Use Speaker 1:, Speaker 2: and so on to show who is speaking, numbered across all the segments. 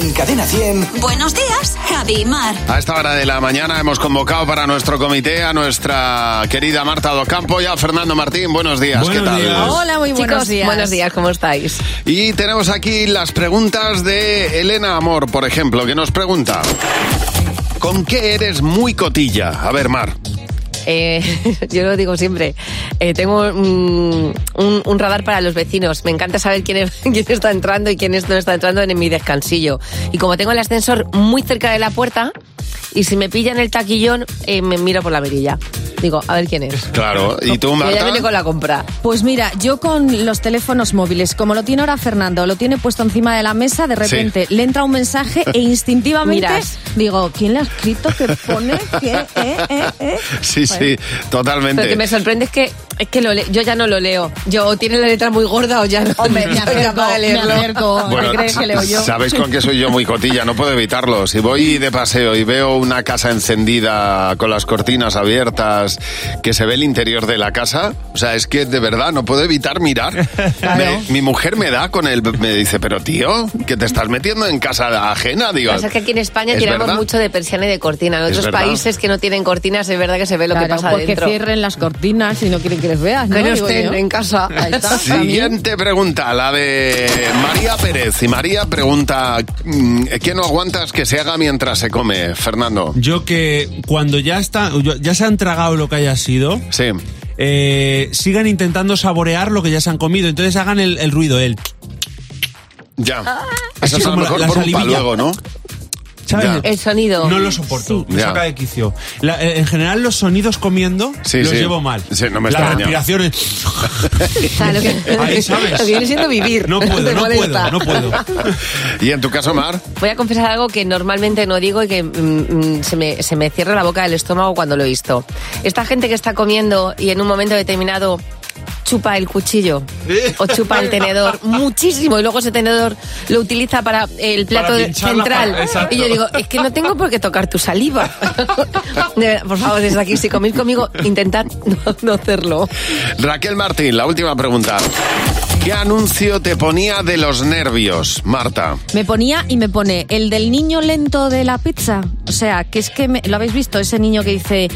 Speaker 1: En Cadena 100.
Speaker 2: Buenos días, Javi y Mar.
Speaker 3: A esta hora de la mañana hemos convocado para nuestro comité a nuestra querida Marta Docampo y a Fernando Martín. Buenos días,
Speaker 4: Buenos
Speaker 3: ¿qué tal?
Speaker 4: días.
Speaker 5: Hola, muy buenos
Speaker 6: Chicos,
Speaker 5: días.
Speaker 6: buenos días, ¿cómo estáis?
Speaker 3: Y tenemos aquí las preguntas de Elena Amor, por ejemplo, que nos pregunta: ¿Con qué eres muy cotilla? A ver, Mar.
Speaker 6: Eh, yo lo digo siempre, eh, tengo mm, un, un radar para los vecinos. Me encanta saber quién, es- quién está entrando y quién es- no está entrando en mi descansillo. Y como tengo el ascensor muy cerca de la puerta, y si me pillan el taquillón, eh, me miro por la verilla. Digo, a ver quién es.
Speaker 3: Claro, ¿y tú,
Speaker 6: Que ya
Speaker 3: Marta?
Speaker 6: viene con la compra.
Speaker 5: Pues mira, yo con los teléfonos móviles, como lo tiene ahora Fernando, lo tiene puesto encima de la mesa, de repente le entra un mensaje e instintivamente
Speaker 6: Miras.
Speaker 5: digo, ¿quién le ha escrito que pone que eh, eh, eh?
Speaker 3: Sí, sí, totalmente.
Speaker 6: Pero que me sorprende es que, es que lo le- yo ya no lo leo. Yo o tiene la letra muy gorda o ya no.
Speaker 5: Hombre, Pues me
Speaker 6: soy
Speaker 5: acerco,
Speaker 6: capaz de
Speaker 5: me
Speaker 6: leerlo.
Speaker 5: acerco. ¿Qué crees que leo yo?
Speaker 3: Sabéis con qué soy yo muy cotilla, no puedo evitarlo. Si voy de paseo y veo una casa encendida con las cortinas abiertas, que se ve el interior de la casa, o sea, es que de verdad no puedo evitar mirar. Me- mi mujer me da con el, me dice, pero tío, que te estás metiendo en casa ajena, digo.
Speaker 6: Lo que pasa es que aquí en España
Speaker 3: ¿es
Speaker 6: tiramos
Speaker 3: verdad?
Speaker 6: mucho de persiana y de cortina. En
Speaker 3: Es
Speaker 6: otros
Speaker 3: verdad.
Speaker 6: países que no tienen cortinas es verdad que se ve lo que
Speaker 5: Claro,
Speaker 6: pasa
Speaker 5: porque
Speaker 6: dentro.
Speaker 5: cierren las cortinas y no quieren que les veas, ¿no?
Speaker 6: Que no
Speaker 5: Digo
Speaker 6: estén
Speaker 5: yo.
Speaker 6: en casa.
Speaker 5: Ahí está, también.
Speaker 3: Siguiente pregunta, la de María Pérez. Y María pregunta, mm, ¿qué no aguantas que se haga mientras se come, Fernando?
Speaker 4: Yo que cuando ya está, yo- ya se han tragado lo que haya sido,
Speaker 3: Sí.
Speaker 4: eh, sigan intentando saborear lo que ya se han comido. Entonces hagan el, el ruido, el.
Speaker 3: Ya. Eso es
Speaker 4: Así
Speaker 3: a lo
Speaker 4: como la-
Speaker 3: mejor
Speaker 4: la
Speaker 3: por un
Speaker 4: salivilla.
Speaker 3: paluego, ¿no?
Speaker 4: ¿sabes?
Speaker 3: Ya.
Speaker 6: El sonido.
Speaker 4: No lo soporto, me
Speaker 3: Ya.
Speaker 4: saca de quicio. La- eh, en general, los sonidos comiendo
Speaker 3: Sí,
Speaker 4: los
Speaker 3: sí.
Speaker 4: llevo mal.
Speaker 3: Sí, no me
Speaker 4: Las
Speaker 3: extraña.
Speaker 4: respiraciones.
Speaker 6: O sea, lo que,
Speaker 4: Ahí sabes.
Speaker 6: lo que viene siendo vivir.
Speaker 4: No puedo,
Speaker 6: Te
Speaker 4: no puedo,
Speaker 6: molesta.
Speaker 4: no puedo.
Speaker 3: Y en tu caso, Mar,
Speaker 6: Voy a confesar algo que normalmente no digo y que mm, mm, se, me, se me cierra la boca del estómago cuando lo he visto. Esta gente que está comiendo y en un momento determinado chupa el cuchillo o chupa el tenedor muchísimo y luego ese tenedor lo utiliza para el plato
Speaker 4: Para
Speaker 6: de-
Speaker 4: pinchar la
Speaker 6: central
Speaker 4: pa- exacto.
Speaker 6: y yo digo es que no tengo por qué tocar tu saliva De verdad, por favor desde aquí si comís conmigo intentad no, no hacerlo
Speaker 3: Raquel Martín, la última pregunta. ¿Qué anuncio te ponía de los nervios, Marta?
Speaker 5: Me ponía y me pone el del niño lento de la pizza. O sea, que es que me- lo habéis visto, ese niño que dice,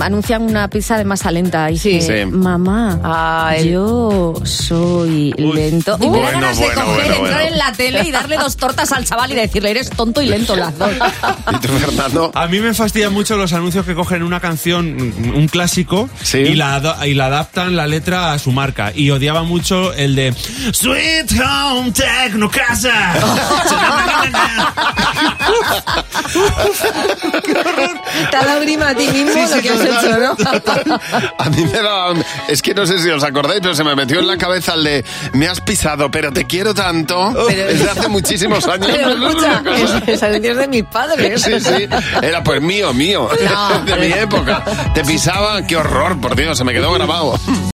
Speaker 5: anuncian una pizza de masa lenta. Y
Speaker 6: Sí.
Speaker 5: dice,
Speaker 3: Sí.
Speaker 5: mamá,
Speaker 6: Ah, el-
Speaker 5: yo soy lento. y me da
Speaker 3: Bueno,
Speaker 5: ganas de
Speaker 3: bueno,
Speaker 5: coger,
Speaker 3: bueno,
Speaker 5: entrar
Speaker 3: bueno.
Speaker 5: en la tele y darle dos tortas al chaval y decirle, eres tonto y lento las dos.
Speaker 3: ¿Y tú, Fernando?
Speaker 4: A mí me fastidian mucho los anuncios que cogen una canción, un un clásico,
Speaker 3: Sí.
Speaker 4: y, la, ad- y la adaptan la letra a su marca. Y odiaba mucho el de Sweet Home Techno Casa.
Speaker 6: Te lágrima a ti mismo lo que has hecho ¿no?
Speaker 3: A mí me daba... un- Es que no sé si os acordáis, pero se me metió en la cabeza el de me has pisado, pero te quiero tanto
Speaker 6: Pero-
Speaker 3: desde hace muchísimos años.
Speaker 6: Pero escucha, es, es el dios de mis padres.
Speaker 3: Sí, sí. Era pues mío, mío.
Speaker 6: No.
Speaker 3: De mi época. Te pisaba, qué horror, por Dios, se me quedó grabado.